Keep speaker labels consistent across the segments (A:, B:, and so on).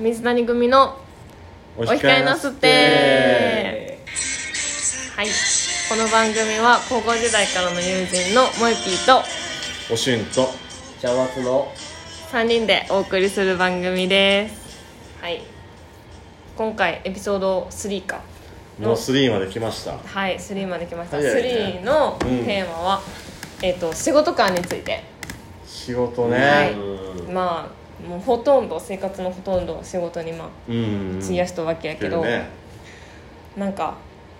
A: 水谷組の
B: お
A: お控えなすってはいこの番組は高校時代からの友人のモイピーと
B: おしゅんと
C: 邪魔すの
A: 3人でお送りする番組ですはい今回エピソード3か
B: もう3まで来ました
A: はい3まで来ました、
B: 早いね
A: 3の
B: うん
A: テーマは、えっ、と仕事観について
B: 仕
A: は
B: 事
A: い
B: ね
C: うん
A: まあもうほとんど生活のほとんどを仕事にまあ
B: うん
A: 費やしたわけやけど、
B: ね
A: なんか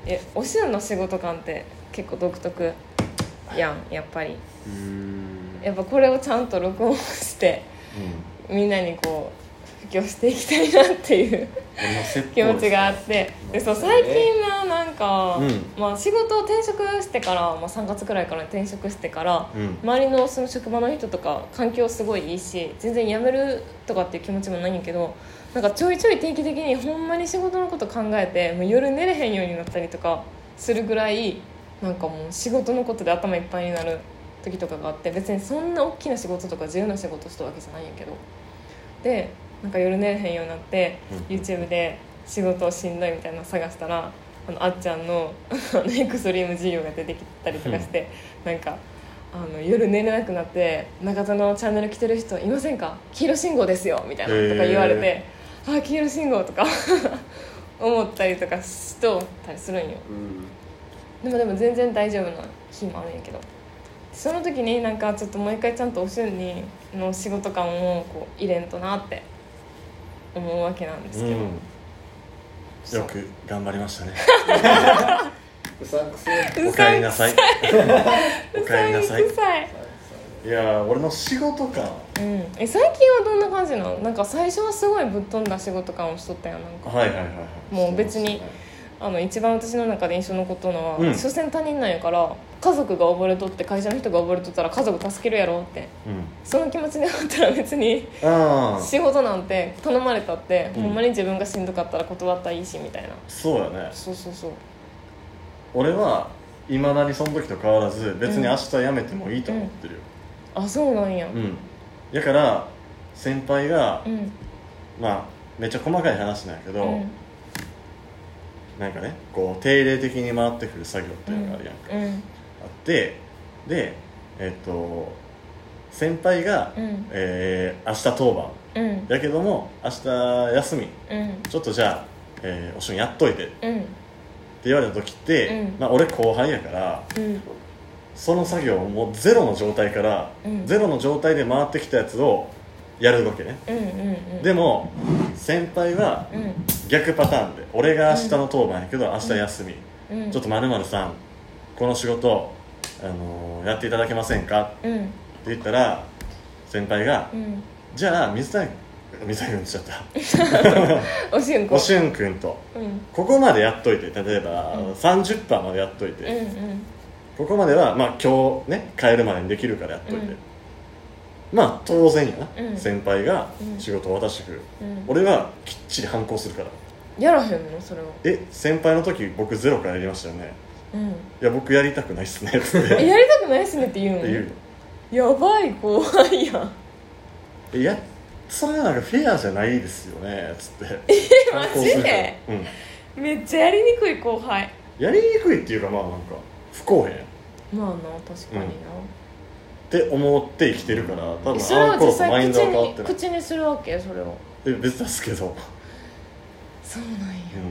A: えおしゅんの仕事感って結構独特やんやっぱり
B: うん
A: やっぱこれをちゃんと録音してみんなにこう布教していきたいなっていう
B: 俺の説法です
A: 気持ちがあってでそう最近はなんか、
B: うん
A: まあ、仕事を転職してから、まあ、3月くらいから転職してから、
B: うん
A: 周りのその職場の人とか環境すごいいいし全然辞めるとかっていう気持ちもないんやけどなんかちょいちょい定期的にほんまに仕事のこと考えてもう夜寝れへんようになったりとかするぐらいなんかもう仕事のことで頭いっぱいになる時とかがあって別にそんな大きな仕事とか自由な仕事したわけじゃないんやけどでなんか夜寝れへんようになって
B: うん
A: YouTube で仕事をしんどいみたいなの探したらあのあっちゃんのあのエクストリーム事業が出てきたりとかして、なんかあの夜寝れなくなって「中田のチャンネル来てる人いませんか黄色信号ですよ」みたいな
B: へー
A: とか言われて「あー黄色信号」とか 思ったりとかしとったりするんよでもでも全然大丈夫な日もあるんやけどその時になんかちょっともう一回ちゃんとおしゅんにの仕事感をこう入れんとなって思うわけなんです
B: う
A: けど、
B: ん
A: そう
B: よく頑張りました ね
C: うさんくせえ
B: おかえりなさい おかえりなさい
A: 臭い
B: いやー俺の仕事感
A: うん、え最近はどんな感じなのなんか最初はすごいぶっ飛んだ仕事感をしとったよなんか
B: はいはいはいはい
A: もう別にあの一番私の中で印象に残ったのは、
B: うん
A: 所詮他人なんやから家族が溺れとって会社の人が溺れとったら家族助けるやろって
B: うん
A: その気持ちになったら別に
B: ああ
A: 仕事なんて頼まれたって、
B: うん
A: ほんまに自分がしんどかったら断ったらいいしみたいな
B: そうだね
A: そうそうそう
B: 俺はいまだにその時と変わらず別に明日辞めてもいいと思ってるよ
A: あそうなんや
B: うん、だから先輩が、
A: うん
B: まあめっちゃ細かい話なんやけ
A: う
B: ど、
A: ん
B: なんかねこう定例的に回ってくる作業っていうのがあるやんか、
A: うんうん
B: あってでえっと先輩が、
A: うん
B: えー明日当番
A: うん
B: やけども明日休み
A: うん
B: ちょっとじゃあ、えーおしゅんやっといてって
A: うん
B: 言われた時って、
A: うん
B: まあ、俺後輩やから
A: うん
B: その作業をもうゼロの状態から、
A: うん
B: ゼロの状態で回ってきたやつをやるわけね
A: うんうん
B: でも先輩は
A: うん
B: 逆パターンで俺が明日の当番やけど明日休み、
A: うん
B: ちょっとまるさんこの仕事、あのーやっていただけませんか
A: うん
B: って言ったら先輩が
A: うん
B: 「じゃあ水谷水谷君って言っちゃっ
A: おしゅん
B: た
A: こ
B: おしゅん君と
A: うんうん
B: ここまでやっといて例えば、
A: うん
B: 30%までやっといて、
A: うん
B: ここまでは、まあ、今日ね帰るまでにできるからやっといて、
A: うん
B: まあ当然やな、
A: うん
B: 先輩が
A: うん
B: 仕事を渡してくる、
A: うん
B: 俺はきっちり反抗するから
A: やらへんのそれを
B: え先輩の時僕ゼロからやりましたよね
A: うん
B: いや僕やりたくないっすねつって
A: えやりたくないっすねって言うの
B: 言うよ
A: やばい怖いやん
B: いやそれはなんかフェアじゃないですよねつってえ
A: マジで
B: うん
A: めっちゃやりにくい後輩
B: やりにくいっていうかまあなんか不公平っ
A: まあな確かにな、
B: て思って生きてるから多
A: え
B: 分
A: それ
B: あ
A: は
B: の頃
A: 実
B: とマイ
A: 際口
B: ンドは変わっ
A: に
B: てない
A: 口にするわけそれを
B: え別ですけど、
A: そうなんや
B: うん、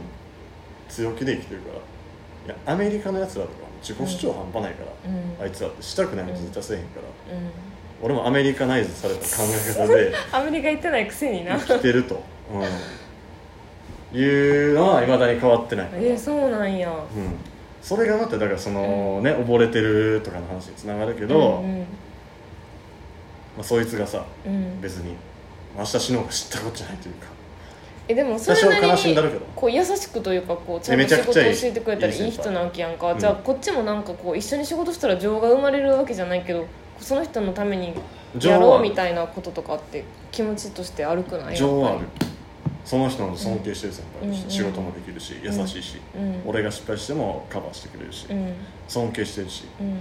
B: 強気で生きてるからいやアメリカのやつらとか自己主張半端ないから、
A: うん
B: あいつらってしたくないこと絶対せえへんから、
A: うん
B: 俺もアメリカナイズされた考え方で
A: アメリカ行ってないくせにな
B: 生きてると、うん、いうのはいまだに変わってないから、
A: えそうなんや
B: うん、それがまただからそのね溺れてるとかの話につながるけど、
A: うん
B: まあ、そいつがさ
A: うん、うん
B: 別に明日死のうが知ったことじゃないというか
A: えでもそ
B: 多
A: れ
B: 少
A: なり
B: 悲しんだ
A: に
B: るけど
A: こう優しくというかこうちゃ
B: え
A: ん
B: め
A: と
B: ちゃ
A: 仕事
B: くち
A: 教
B: ゃいい
A: えてくれたら
B: いい
A: いい人なわけやんか
B: うん
A: じゃあこっちもなんかこう一緒に仕事したら情が生まれるわけじゃないけどその人のために
B: 情
A: やろ
B: は
A: う
B: あ
A: み
B: る
A: たいなこととかって気持ちとしてあるくない
B: 情はあ
A: やっ
B: るその人の尊敬してる先輩だし、
A: うん
B: 仕事もできるし優しいし、
A: ぱりうん
B: 俺が失敗してもカバーしてくれるし、
A: うん
B: 尊敬してるし
A: うん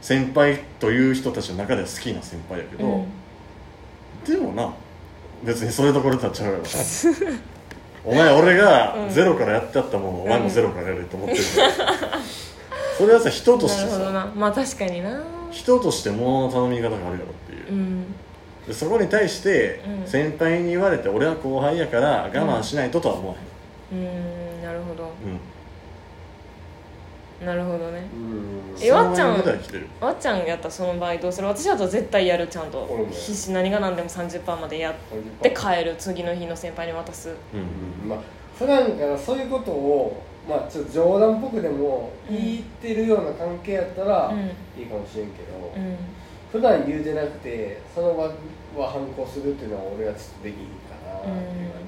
B: 先輩という人たちの中では好きな先輩やけど、
A: うん
B: でもな別にそれどころとは ちゃうやろお前俺がゼロからやってあったものをお前もゼロからやれと思ってる、 それはさ人とし
A: な
B: て
A: るほど
B: さ
A: なまあ確かにな
B: 人として物の頼み方があるやろってい
A: う、
B: う
A: ん
B: でそこに対して
A: うん
B: 先輩に言われて俺は後輩やから我慢しないととは思わ
A: うんなるほど
B: へん、うん、
A: なるほどね
C: うん
A: えわっちゃん
B: その割にまだ来てる
A: わっちゃんやったらその場合どうする私だと絶対やるちゃんと
C: 俺も
A: 必死何が何でも30%までやっ
C: これ
A: て帰る次の日の先輩に渡す
B: うん
C: まあ普段からそういうことをまあちょっと冗談っぽくでも
A: うん
C: 言ってるような関係やったら
A: う
C: いいかもしれんけど、
A: んうん
C: 普段言うてなくてその場は反抗するっていうのは俺はちょっとできひんかなっていう感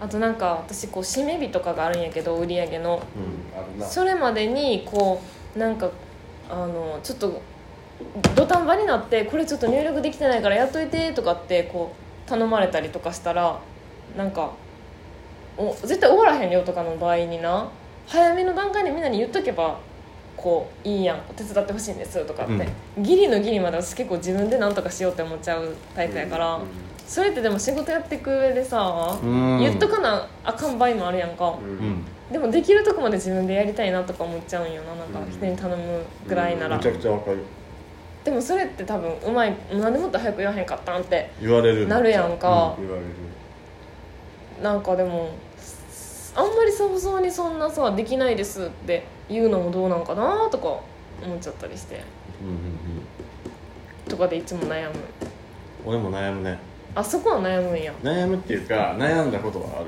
A: あとなんか私こう締め日とかがあるんやけど売り上げの
B: うん
C: じかな、あるな
A: それまでにこうなんかあのちょっと土壇場になってこれちょっと入力できてないからやっといてとかってこう頼まれたりとかしたらなんかお絶対終わらへん量とかの場合にな早めの段階でみんなに言っとけばこういいやん手伝ってほしいんですとかって、ギリのギリまで私結構自分で何とかしようって思っちゃうタイプやから、
C: うん
A: それってでも仕事やっていく上でさ、
B: うん
A: 言っとかなあかん場合もあるやんか、
C: う
B: う
C: ん
B: ん
A: でもできるとこまで自分でやりたいなとか思っちゃうんよななんか
C: うん
A: 人に頼むぐらいなら、
B: めちゃくちゃわかる
A: でもそれって多分うまいなんでもっと早く言わへんかったんって
B: 言われる
A: なるやんか、
B: 言われる
A: なんかでもあんまり早々にそんなさできないですって言うのもどうなんかなとか思っちゃったりして
B: うんうんうん
A: とかでいつも悩む
B: 俺も悩むね
A: あそこは悩むんや
B: 悩むっていうか悩んだことはある、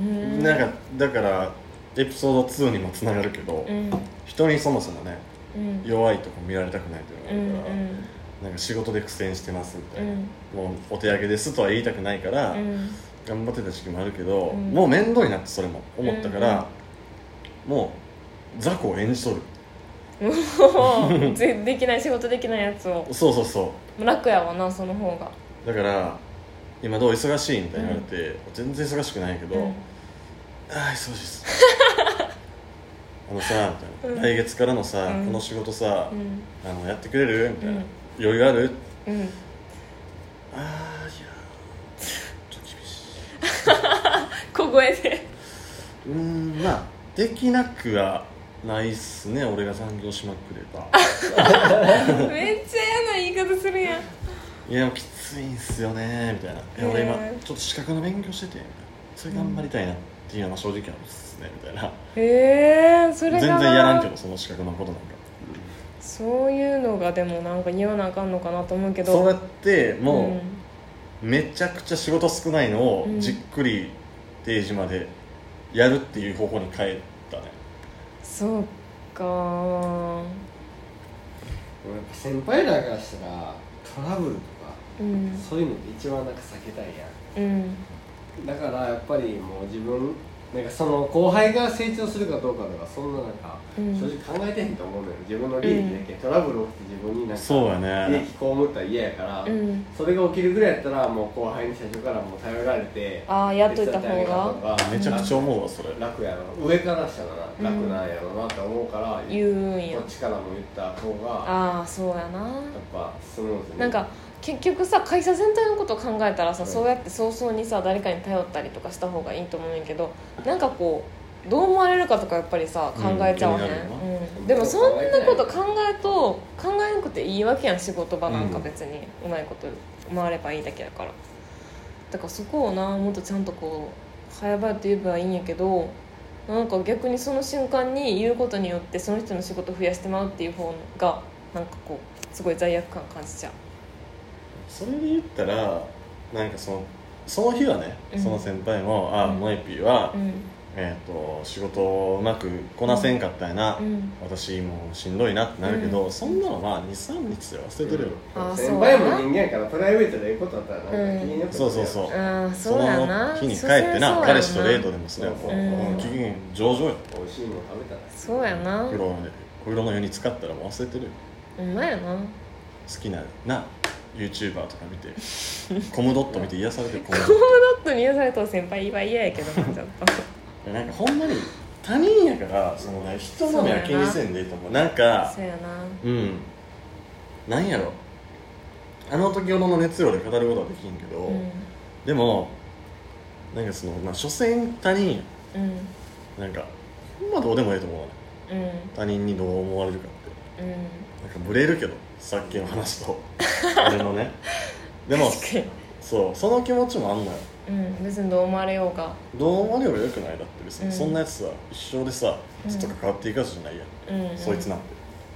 A: うーん
B: なんかだからエピソード2にもつながるけど、
A: うん
B: 人にそもそもね
A: うん
B: 弱いとこ見られたくないと
A: う
B: いうの
A: ん
B: があるから、なんか仕事で苦戦してますみた
A: う
B: いな、
A: ん
B: もうお手上げですとは言いたくないから、
A: うん
B: 頑張ってた時期もあるけど、
A: うん
B: もう面倒になってそれも思ったから、もう雑魚を演じとる
A: もうぜできない仕事できないやつを
B: そうそうそ
A: 楽やわなその方が
B: うだから今どう忙しいみたいに言われて、全然忙しくないけど、
A: うん
B: ああ忙しいっすあのさみたいな、
A: うん
B: 来月からのさ、
A: うん
B: この仕事さ
A: う、ん
B: あのやってくれるみたいな、
A: うん
B: 余裕ある
A: うん
B: ああいやちょっと厳し
A: 小声で
B: いうーんまあできなくはないっすね俺が残業しまくれ ば
A: めっちゃ嫌な言い方するやん
B: いやきついんすよねみたいな「いや俺今
A: へー
B: ちょっと資格の勉強してて」みたいな「それ頑張りたいな」っていうのは正直あるっすねみたいな
A: へえそれ
B: 全
A: が
B: 然
A: な
B: やらんけどその資格のことなんか
A: そういうのがでもなんか言わなあかんのかなと思うけど
B: そうやってもう、
A: ん
B: めちゃくちゃ仕事少ないのを
A: うん
B: じっくり定時までやるっていう方向に変えたね、
A: そうか
C: 俺やっぱ先輩らからしたらトラブルとか
A: うん
C: そういうのって一番なんか避けたいやん
A: うん
C: だからやっぱりもう自分なんかその後輩が成長するかどうかとかそんななんか
A: うん
C: 正直考えてへんと思うのよ自分の利益だけ、トラブル起きて自分になんか
B: そうや
C: 利益
B: ね
C: 被ったら嫌やから、
A: うん
C: それが起きるぐらいやったらもう後輩に最初からもう頼られて
A: ああやっといた方
C: 手伝ってあげ
A: が
C: た方
B: めちゃくちゃ思うわそれ
C: 楽やろ上からしたらな楽なんやろなって思うから、
A: 言うんや
C: こっちからも言った方がやっ
A: ああそうやな
C: ぱスムーズに
A: なんか結局さ会社全体のことを考えたらさ、
C: うん
A: そうやって早々にさ誰かに頼ったりとかした方がいいと思うんやけどなんかこうどう思われるかとかやっぱりさ考えちゃわへ
B: うん気になる
A: ん、
B: よ
A: うん
C: な
A: でもそんなこと考えと考えなくていいわけやん仕事場なんか別に、うまいこと回ればいいだけだからだからそこをなもっとちゃんとこう早々と言えばいいんやけどなんか逆にその瞬間に言うことによってその人の仕事増やしてまうっていう方がなんかこうすごい罪悪感感じちゃう
B: それで言ったらなんかそのその日はね、
A: うん
B: その先輩も「ああノイピーは、
A: うん
B: えー、と仕事をうまくこなせんかったやな、
A: うん
B: 私もうしんどいな」ってなるけど、
A: うん
B: そんなのまあ23日では捨ててるよ、
A: あー
C: 先
A: そう
C: 輩
A: や
C: も
A: な
C: 人間やからプライベートで言うことだったらなんか気になる
B: そうそうそう、
A: あー
B: そ
A: そうやな
B: の日に帰ってな彼氏とデート
A: で
B: でもすれば、
C: そう
A: そう
B: うん期限上々よ
C: 美味しいもの食べたら
A: そうやな
B: 黒の黒の湯に使ったらもう忘れてるよ
A: うまいやな
B: 好きなな YouTuber とか見てコムドット見て癒されてるコム
A: コ
B: ド
A: ム
B: ッ
A: ドットに癒された先輩は嫌やけど なちょっと
B: トなんかほんまに他人やからその、ね、人の目は気にせんでいいと思うなんか
A: そうやな
B: うんなんやろあの時ほどの熱量で語ることはできんけど、
A: うん
B: でもなんかそのまあ所詮他人
A: うん
B: なんかほんまどうでもいいと思うわね
A: うん
B: 他人にどう思われるかって
A: うん
B: なんかブレるけどさっきの 話と俺のねでも
A: 確かに
B: そうその気持ちもあんのよ
A: うん別にどう思われようが
B: どう思われよりよくないだって別に、
A: うん
B: そんなやつさ一生でさ
A: うん
B: ずっと関わっていかずじゃないや、
A: うん
B: ん、そいつなんて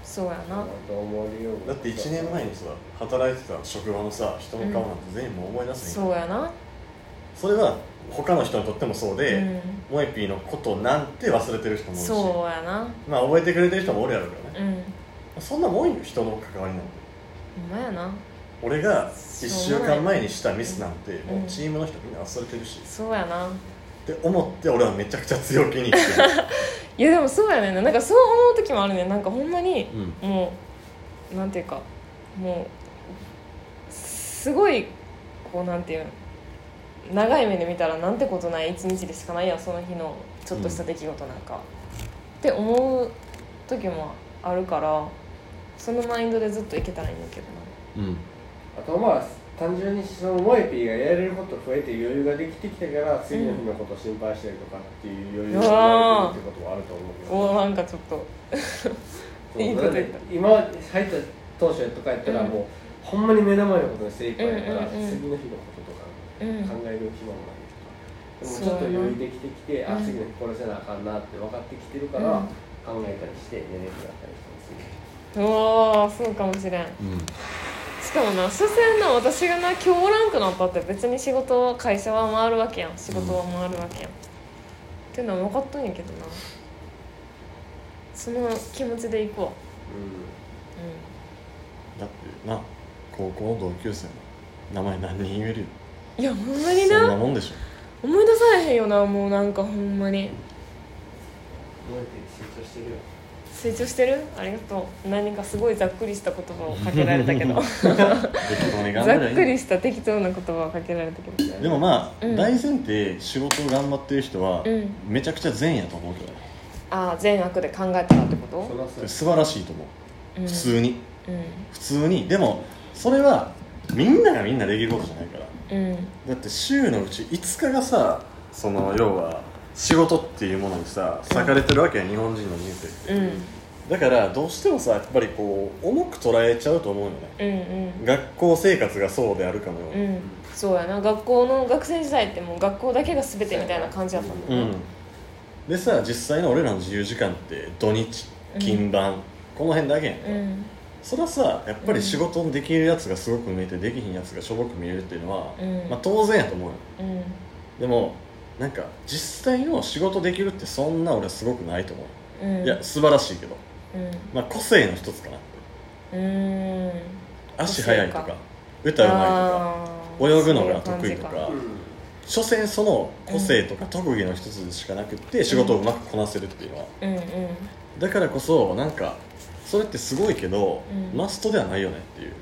A: そうやな
C: と思うよ
B: だって1年前にさ働いてた職場のさ人の顔なんて全員もう思い出せへん
A: そうやな
B: それは他の人にとってもそう
A: う
B: で、
A: ん
B: モエピーのことなんて忘れてる人もいるし
A: そうやな
B: まあ覚えてくれてる人もおるやろうけどね、
A: うん
B: そんなもんよ人の関わりなんて
A: ほんまやな
B: 俺が
A: そう
B: 1週間前にしたミスなんて
A: うん
B: もうチームの人みんな忘れてるし、
A: そうやな
B: って思って俺はめちゃくちゃ強気に言っ てる、
A: いやでもそうやねんななんかそう思う時もあるねんなんかほんまに
B: うん
A: もうなんていうかもうすごいこうなんていうん長い目で見たらなんてことない一日でしかないやんその日のちょっとした出来事なんか、って思う時もあるからそのマインドでずっといけたらいいんだけど
B: うん
C: あとまあ単純にそのモエピーがやれること増えて余裕ができてきたから次の日のこと心配したりとかっていう余裕ができてるってことはあると思うけ
A: な
C: ど、
A: おなんかちょっと
C: そう
A: いいこと言った
C: 今入った当初とかやったらもう、ほんまに目の前のことに精一杯だから、
A: うんうんうん
C: 次の日のこととか
A: うん
C: 考える暇もないとか、でもちょっと
A: そう
C: 余
A: やな
C: 裕できてきて、
A: う
C: あ
A: ん
C: 次の日これせなあかんなって分かってきてるか
A: うん
C: ら、考えたりして寝れるようになったりする
A: おーそうかもしれんしかもな所詮な私がな今日おらんくなったって別に仕事会社は回るわけやん仕事は回るわけやん、っていうのは分かっとんやけどなその気持ちでいこ
B: だってな高校の同級生の名前何人言えるよ
A: う、うん、いやほんまに
B: そんな
A: な
B: もんでしょ
A: 思い出されへんよなもうなんかほんまに
C: うん、モエピー成長してるよ
A: 成長してるありがとう何かすごいざっくりした言葉をかけられたけ ど
B: できるのに頑
A: ざ
B: 張れば
A: っ
B: いい
A: くりした適当な言葉をかけられたけど
B: でもま
A: う
B: あ、
A: ん
B: 大前提仕事を頑張ってる人は、
A: うん
B: めちゃくちゃ善やと思うけどね
A: ああ善悪で考えたらってこと
C: そらそう
B: 素晴らしいと思う、
A: うん
B: 普通に
A: うん
B: 普通にでもそれはみんながみんなできることじゃないから
A: うん
B: だって週のうち5日がさその要は仕事っていうものにさ割かれてるわけや、日本人の人生って
A: うん
B: だからどうしてもさやっぱりこう重く捉えちゃうと思うよね
A: うんうん
B: 学校生活がそうであるかのよ
A: う
B: うに
A: んそうやな学校の学生時代ってもう学校だけが全てみたいな感じだったもん
B: う
A: な、
B: ん、でさ実際の俺らの自由時間って土日金番、この辺だけやん、
A: うん
B: それはさやっぱり仕事のできるやつがすごく見えてできひんやつがしょぼく見えるっていうのは、
A: うん
B: まあ、当然やと思うよ
A: うん
B: でもなんか実際の仕事できるってそんな俺はすごくないと思う、
A: うん
B: いや素晴らしいけど、
A: うん
B: まあ、個性の一つかなって
A: うん
B: 足速いとか
A: 個性か
B: 歌うまいとか泳ぐのが得意と
A: あー
B: か
C: うん
B: 所詮その個性とか特技の一つしかなくって仕事をうまくこなせるっていうのは、
A: そういう感じか
B: だからこそなんかそれってすごいけど、
A: うん
B: マストではないよねっていう、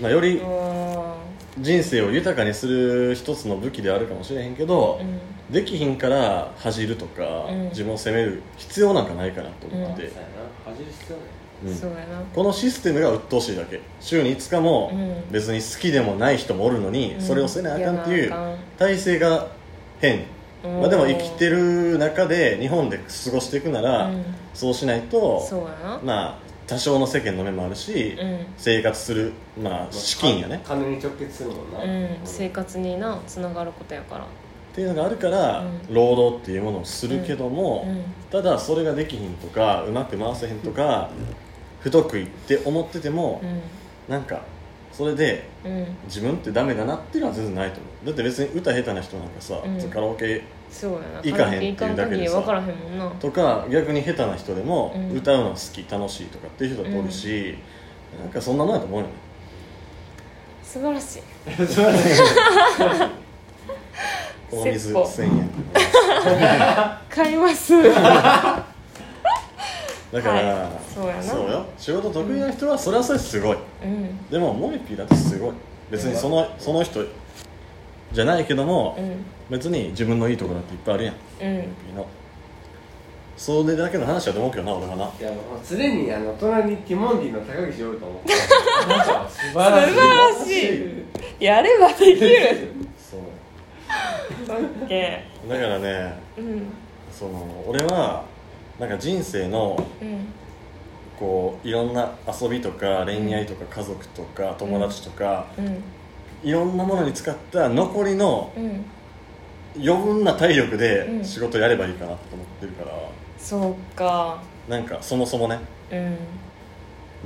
B: まあ、よ
A: うん
B: り
A: うんあ
B: 人生を豊かにする一つの武器であるかもしれへんけど
A: ー、うん
B: できひんから恥じるとか、
A: うん
B: 自分を責める必要なんかないかなと思っ
C: そう
B: て
C: や、な恥じる必要ない
B: うん
A: そうやな
B: このシステムが鬱陶しいだけ週に5日も
A: うん
B: 別に好きでもない人もおるのに、
A: うん
B: それをせなあかんってい
A: やな
B: う
A: あ
B: 体制が変、
A: かん
B: まあ、でも生きて
A: る
B: る中で日本で過ごしていくなら、
A: うん
B: そうしないと
A: そうやな
B: まあ多少の世間の目もあるし、
A: うん
B: 生活するまあ資金やね
C: 金に直結するもんな、
A: うん生活になつながることやから
B: っていうのがあるから、
A: うん
B: 労働っていうものをするけども、
A: うん
B: ただそれができひんとかうまく回せへんとか、不得意って思ってても
A: う、ん
B: なんかそれで
A: うん
B: 自分ってダメだなっていうのは全然ないと思うだって別に歌下手な人なんかさ、
A: うん
B: カラオケ
A: そうやな
B: 行かへんっていうだけでさ
A: 分からへんもんな
B: とか逆に下手な人でも、
A: うん
B: 歌うの好き楽しいとかっていう人だっておるし、なんかそんなもんやと思うよね
A: 素晴らしい
B: この水
A: 説法
B: 1000円
A: 買います
B: だから、
A: はいそうやな
B: よ仕事得意な人はそれはそれすごい、
A: うん
B: でもモエピーだってすごい別にそのその人じゃないけども、
A: うん
B: 別に自分のいいところだっていっぱいあるやんモ
A: うん
B: エピーのそれだけの話だと思うけどな俺はない
C: やもう常にあの隣にティモンディの高岸おると思って
D: 素晴らしい
A: 素晴らしいやればできる
B: そう
A: オッケ
B: だからね
A: ーうん
B: その俺はなんか人生の
A: うん
B: こういろんな遊びとか恋愛とか家族とか友達とか、
A: うん
B: いろんなものに使った残りの
A: うん
B: 余分な体力
A: う
B: で
A: ん
B: 仕事やればいいかなと思ってるから、
A: そうか
B: なんかそもそもね
A: うん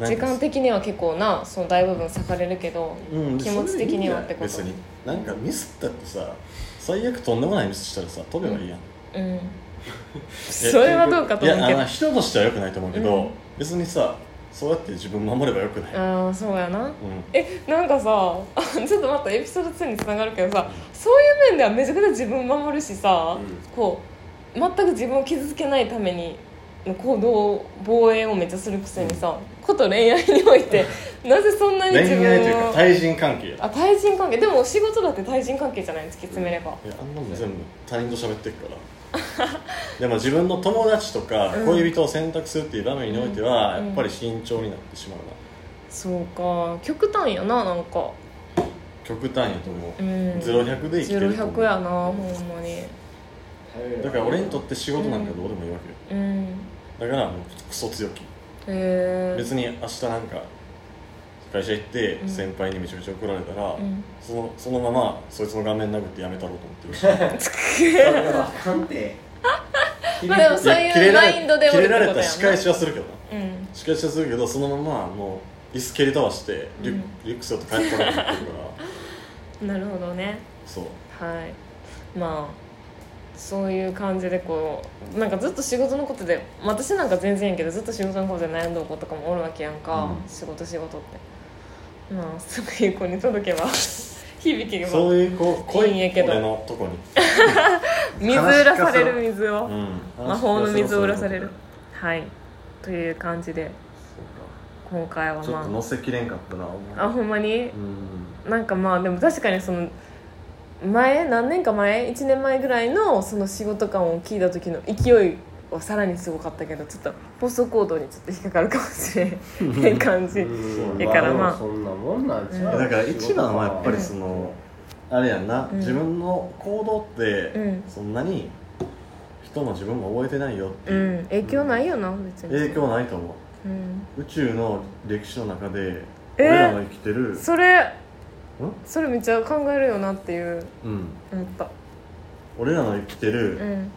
B: なん
A: 時
B: か
A: 間的には結構なその大部分割かれるけど
B: うん、
A: 気持ち的にはってこと
B: 別になんかミスったってさ最悪とんでもないミスしたらさ飛べ ばいいやん、
A: うんそれはどうかと思う
B: い
A: け
B: やあ
A: ど
B: の人としては良くないと思うけど、
A: うん
B: 別にさそうやって自分守れば良くない、うん
A: ああそうやなえなんかさ ちょっとまたエピソード2につながるけどさそういう面ではめちゃくちゃ自分を守るしさ、
C: うん
A: こう全く自分を傷つけないためにの行動防衛をめっちゃするくせにさ、こと恋愛におい てなぜそんなに自
B: 恋愛という
A: 分
B: か
A: を
B: 対人関係や
A: あ対人関係でも仕事だって対人関係じゃない突き詰めれば、
B: いやあんなの全部他人と喋ってるから でも自分の友達とか恋人を選択するっていう場面においては、
A: うん
B: やっぱり慎重になってしまうな
A: そうか極端やななんか
B: 極端やと思
A: う
B: う、
A: ん
B: ゼロ百で生きてると思う
A: 0100やなほんまに
B: だから俺にとっ
C: っ
B: て仕事なんかどうでもいいわけよ、
A: うん
B: だからもうクソ強気
A: えー、
B: 別に明日なんか会社行って
A: うん
B: 先輩にめちゃめちゃ怒られた
A: う
B: ら、
A: ん
B: そのそのままそいつの顔面殴ってやめたろうと思ってるし
C: てあかんて
A: まあでも そう
B: や切
A: い
B: れ
A: う
B: ら
A: マ
B: れ
A: インドで
B: 切れ
A: って
B: ら
A: こと
B: れ
A: や
B: た
A: な
B: 仕返しはするけどな
A: うん
B: 仕返しはするけどそのままもう椅子蹴り倒してリュ,、
A: うん
B: リュック背負って帰ったろう と思ってるから
A: なるほどね
B: そう
A: はいまあそういう感じでこうなんかずっと仕事のことで私なんか全然やけどずっと仕事のことで悩んどう子とかもおるわけやんか、
B: うん
A: 仕事仕事ってまあすぐいう子に届けば 響けば
B: そういうこう濃
A: いいん
B: い
A: やけど
B: 俺のとこに、
A: 水売らされる水を、
B: うん、
A: 魔法の水を売らされるはいという感じで
B: そう
A: 今回は
B: かちょっと
A: ま
B: 乗せきれんかったな
A: ああほんまに
B: うん
A: なんかまあでも確かにその前何年か前1年前ぐらいのその仕事感を聞いた時の勢いはさらにすごかったけどちょっと放送行動にちょっと引っかかるかもしれない感じ
C: うん
A: だからまあ
C: でもそんなもんなんちゃう
B: だから一番はやっぱりそのあれやんな、
A: うん
B: 自分の行動って
A: うん
B: そんなに人も自分も覚えてないよって
A: う
B: いう、
A: ん影響ないよな別に
B: 影響ないと思
A: うん
B: う宇宙の歴史の中で
A: えー
B: 俺らの生きてる、
A: それ
B: ん
A: それめっちゃ考えるよなっていう
B: うん、
A: 思った
B: 俺らの生きて
A: う
B: る
A: ん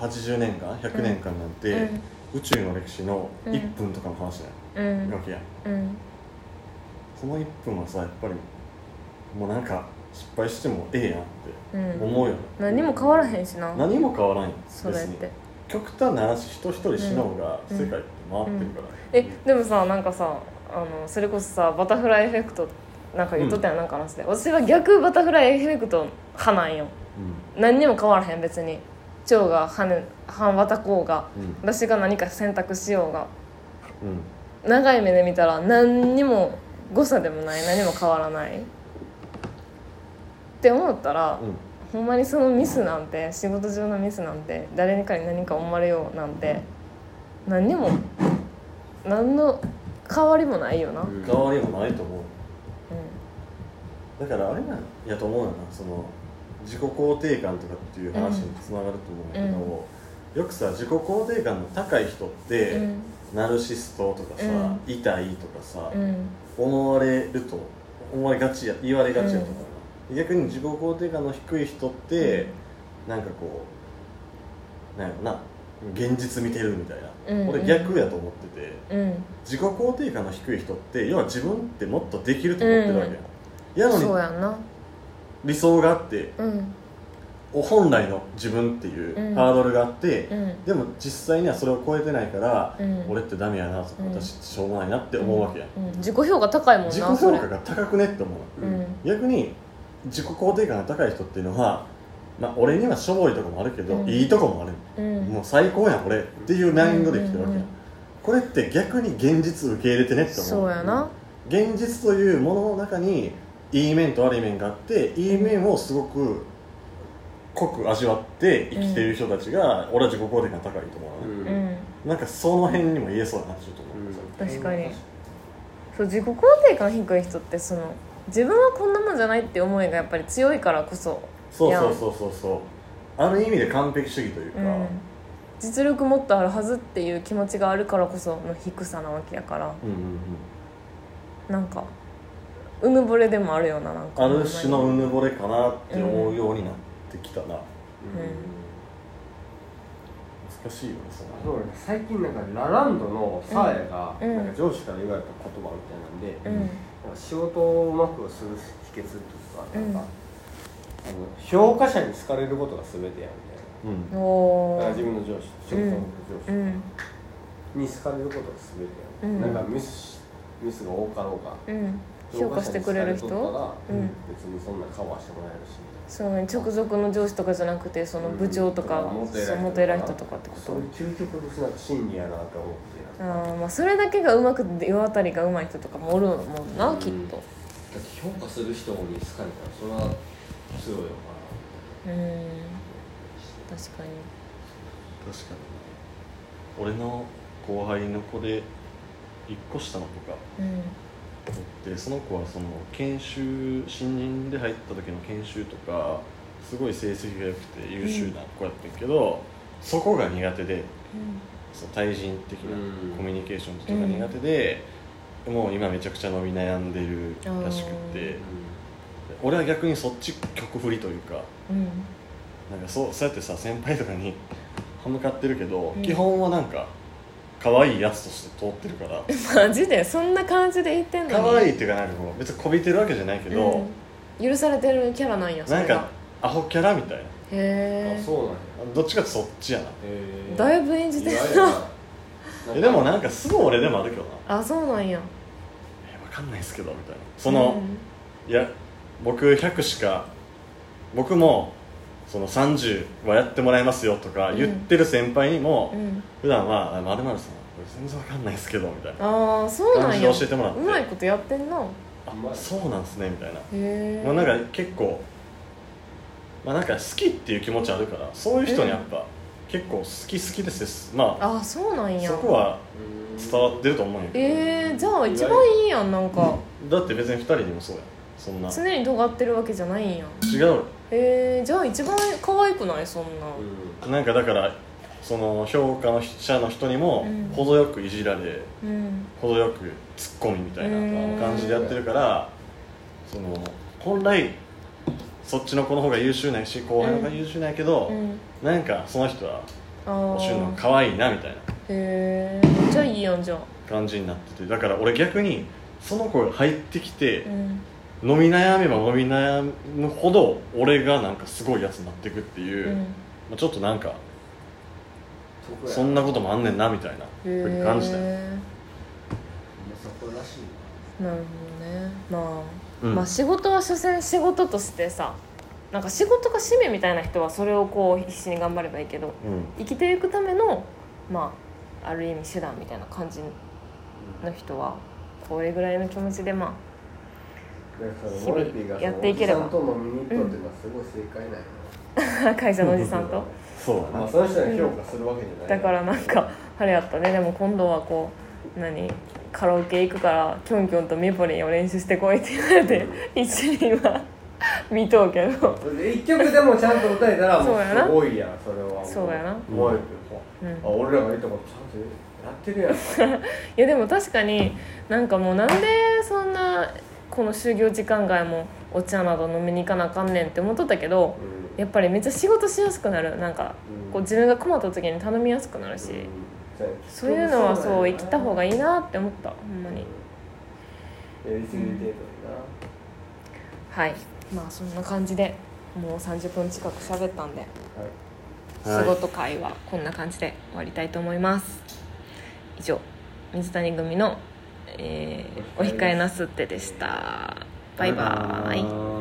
B: 80年間100年間なんて、
A: うん
B: 宇宙の歴史の
A: うん
B: 1分とかの話だよ、
A: う
B: わ
A: ん
B: けやん
A: うん
B: その1分はさやっぱりもうなんか失敗してもええやんっ
A: う
B: て
A: ん
B: 思うよね、
A: 何も変わらへんしな
B: 何も変わらんよ
A: それって
B: 極端な話人一人死のうが
A: うん
B: 世界って回ってるから、
A: えでもさなんかさあのそれこそさバタフライエフェクトなんか言っとったやん、なんか話で私は逆バタフライエフェクト派なんよ何にも変わらへん別に蝶が羽半渡こうが
B: うん
A: 私が何か選択しようが
B: うんうん
A: 長い目で見たら何にも誤差でもない何も変わらないって思ったら、ほんまにそのミスなんて仕事上のミスなんて誰にかに何か思われようなんて何にも何の変わりもないよな、
B: うん変わりもないと思う
A: う
B: だからあれなんやと思うよなその自己肯定感とかっていう話につながると思うんだけど、よくさ自己肯定感の高い人って、
A: んうん
B: ナルシストとかさ、
A: うん
B: 痛いとかさ、
A: うん
B: 思われると思われがちや言われがちやと思う、逆に自己肯定感の低い人って、なんかこうなんやろな現実見てるみたいな、
A: うんうん
B: 俺逆やと思ってて
A: うん
B: 自己肯定感の低い人って要は自分ってもっとできると思ってるわけや、ん、や
A: そう
B: のに
A: やんな
B: 理想があって
A: うん
B: 本来の自分ってい
A: うん
B: うハードルがあって、
A: うん
B: でも実際にはそれを超えてないから、
A: うん
B: 俺ってダメやなとか、
A: うん
B: 私ってしょうもないなって思うわけや、ん
A: うん、自己評価高いもんな
B: 自己評
A: それ
B: 価が高くねって思
A: う
B: う、
A: ん
B: 逆に自己肯定感が高い人っていうのは、まあ、俺にはしょぼいとこもあるけど、
A: うん
B: いいとこもある、
A: うん
B: もう最高やん俺っていうマインドで生きてるわけ
A: う
B: や、
A: んん
B: これって逆に現実受け入れてねって思う
A: そうやな
B: 現実というものの中にいい面と悪い面があっていい面をすごく濃く味わって生きてる人たちが、俺は自己肯定感高いと思うな、
A: う
C: うん
A: ん
B: なんかその辺にも言えそうだなってちょっと思うんですよ、
A: 確かにそう自己肯定感低い人ってその自分はこんなもんじゃないって思いがやっぱり強いからこそ、
B: そうそうそうそうそうある意味で完璧主義という
A: う
B: か、
A: ん、実力もっとあるはずっていう気持ちがあるからこその低さなわけやから
B: うんうんうん、
A: なんかうぬぼれでもあるようななんか
B: ある種のうぬぼれかなって思うようになってきたな、難しいよねそ
C: そ
B: の
C: うね最近なんかラランドのサーヤが
A: うん
C: なんか上司から言われた言葉みたいなん
A: う
C: で、
A: ん
C: なんか仕事をうまくする秘訣っていうかなんか、
A: うん
C: あの評価者に好かれることが全てやみたいな
B: うん
A: お
C: だか
A: お
C: ら自分の上司仕事の上司、
A: うん
C: に好かれることが全てや
A: うん
C: ん、なんかミスしミスが多かろうが
A: うん評価してくれる人
C: 評価者に好かれとったら
A: うん
C: 別にそんなカバーしてもらえるし
A: そうね直属の上司とかじゃなくてその部長とか、
C: うん
A: そう元偉い人とかってこ
C: そういう
A: と
C: 究極のなんか真理やなって思って
A: あー、まあ、それだけがうまく世渡りがうまい人とかもおるもんな、
C: うん
A: きっと
C: だって評価する人に好かれたらそれは強いよ
A: うん確かに
B: 確かに俺の後輩の子で1個下の子が
A: うん
B: おってその子はその研修新人で入った時の研修とかすごい成績が良くて優秀な子やったんやけど、そこが苦手でその対人的な
C: うん
B: コミュニケーションとかが苦手で、もう今めちゃくちゃ伸び悩んでるらしくて俺は逆にそっち曲振りというか
A: うんうん
B: なんかそうそうやってさ先輩とかに 歯向かってるけど、
A: うん
B: 基本はなんか可愛いやつとして通ってる から
A: マジでそんな感じで言ってんのに
B: 可愛いっていうかなんかこう別にこびてるわけじゃないけど、
A: うん、許されてるキャラなんやそ
B: なん
A: れが
B: かアホキャラみたいな
A: へ
C: あ
A: え
C: そうなんや
B: どっちかってそっちやな
C: へー
A: だいぶ演じてる
C: 意
A: な
C: 外やな
B: えでもなんかすぐ俺でもあるけどな
A: あそうなんや
B: えわかんないですけどみたいなその、いや僕100しか僕もその30はやってもらいますよとか言ってる先輩にも、
A: うん、うん、
B: 普段は「まるまるさんこれ全然わかんないですけど」みたいな
A: ああそうなん
B: 感じで
A: や
B: 教えてもらっ
A: う
B: て
A: まいことやってんなへ
B: あそうなんですねみたいな、
A: え
B: まあ、なんか結構まあなんか好きっていう気持ちあるからそういう人にやっぱ結構好き好きですですまあ
A: あそうなんや
B: そこは
C: うん
B: 伝わってると思うんやけど、
A: えー、じゃあ一番いいやんなんか
B: だって別に2人にもそうやんそんな
A: 常に尖ってるわけじゃないんや
B: 違う
A: えー、じゃあ一番可愛くないそんな
C: うん
B: なんかだからその評価の者の人にも
A: うん
B: 程よくいじられ、
A: うん
B: 程よくツッコミみたい
A: うん
B: な感じでやってるからその本来そっちの子の方が優秀ないし後輩の方が優秀ないけど、
A: うん
B: なんかその人は
A: あ
B: おしゅんの
A: ー
B: 可愛いなみたいな
A: へえー、めっちゃいいやんじゃあ
B: 感じになっててだから俺逆にその子が入ってきて
A: う、ん
B: 飲み悩めば飲み悩むほど俺がなんかすごいやつになっていくっていうう、
A: ん
B: まあ、ちょっとなんか
C: そこや
B: そんなこともあんねんなみたいな
A: へ
B: 感じだよ、
A: え
C: そこらしいな
A: ー、なるほどねまあ、
B: うん
A: まあ仕事は所詮仕事としてさなんか仕事が趣味みたいな人はそれをこう必死に頑張ればいいけど
B: う
A: 生
B: ん
A: きていくためのまあある意味手段みたいな感じの人はこれぐらいの気持ちでま日々やっていければ
C: ちゃんと飲みに行ったっていうのはすごい正解なんよ、
A: あ 会社のおじさんと
B: そうだな、
C: まあその人に評価するわけじゃない
A: だからなんかあれやったねでも今度はこう何カラオケ行くからキョンキョンとミポリンを練習してこいって言われて一人は見とうけど
C: それで一曲でもちゃんと歌えたらも
A: そう
C: う
A: やな
C: すごいやんそれはも
A: そうやな
C: もうよ
A: うん
C: あ俺らが言ったことちゃんとやってるや
A: い
C: ん
A: やでも確かになんかもうなんでそんなこの就業時間外もお茶など飲みに行かなあかんねんって思っとったけどやっぱりめっちゃ仕事しやすくなるなんか
C: うん
A: こう自分が困った時に頼みやすくなるし、そういうのはそう生きた方が
C: いい
A: いいなって思ったほんまに
C: やりすぎてるのに
A: はいまあそんな感じでもう30分近く喋ったんで、
C: な、はい
B: はい
A: 仕事会はこんな感じで終わりたいと思います以上水谷組の、えーお控えなすってでしたバイバーイ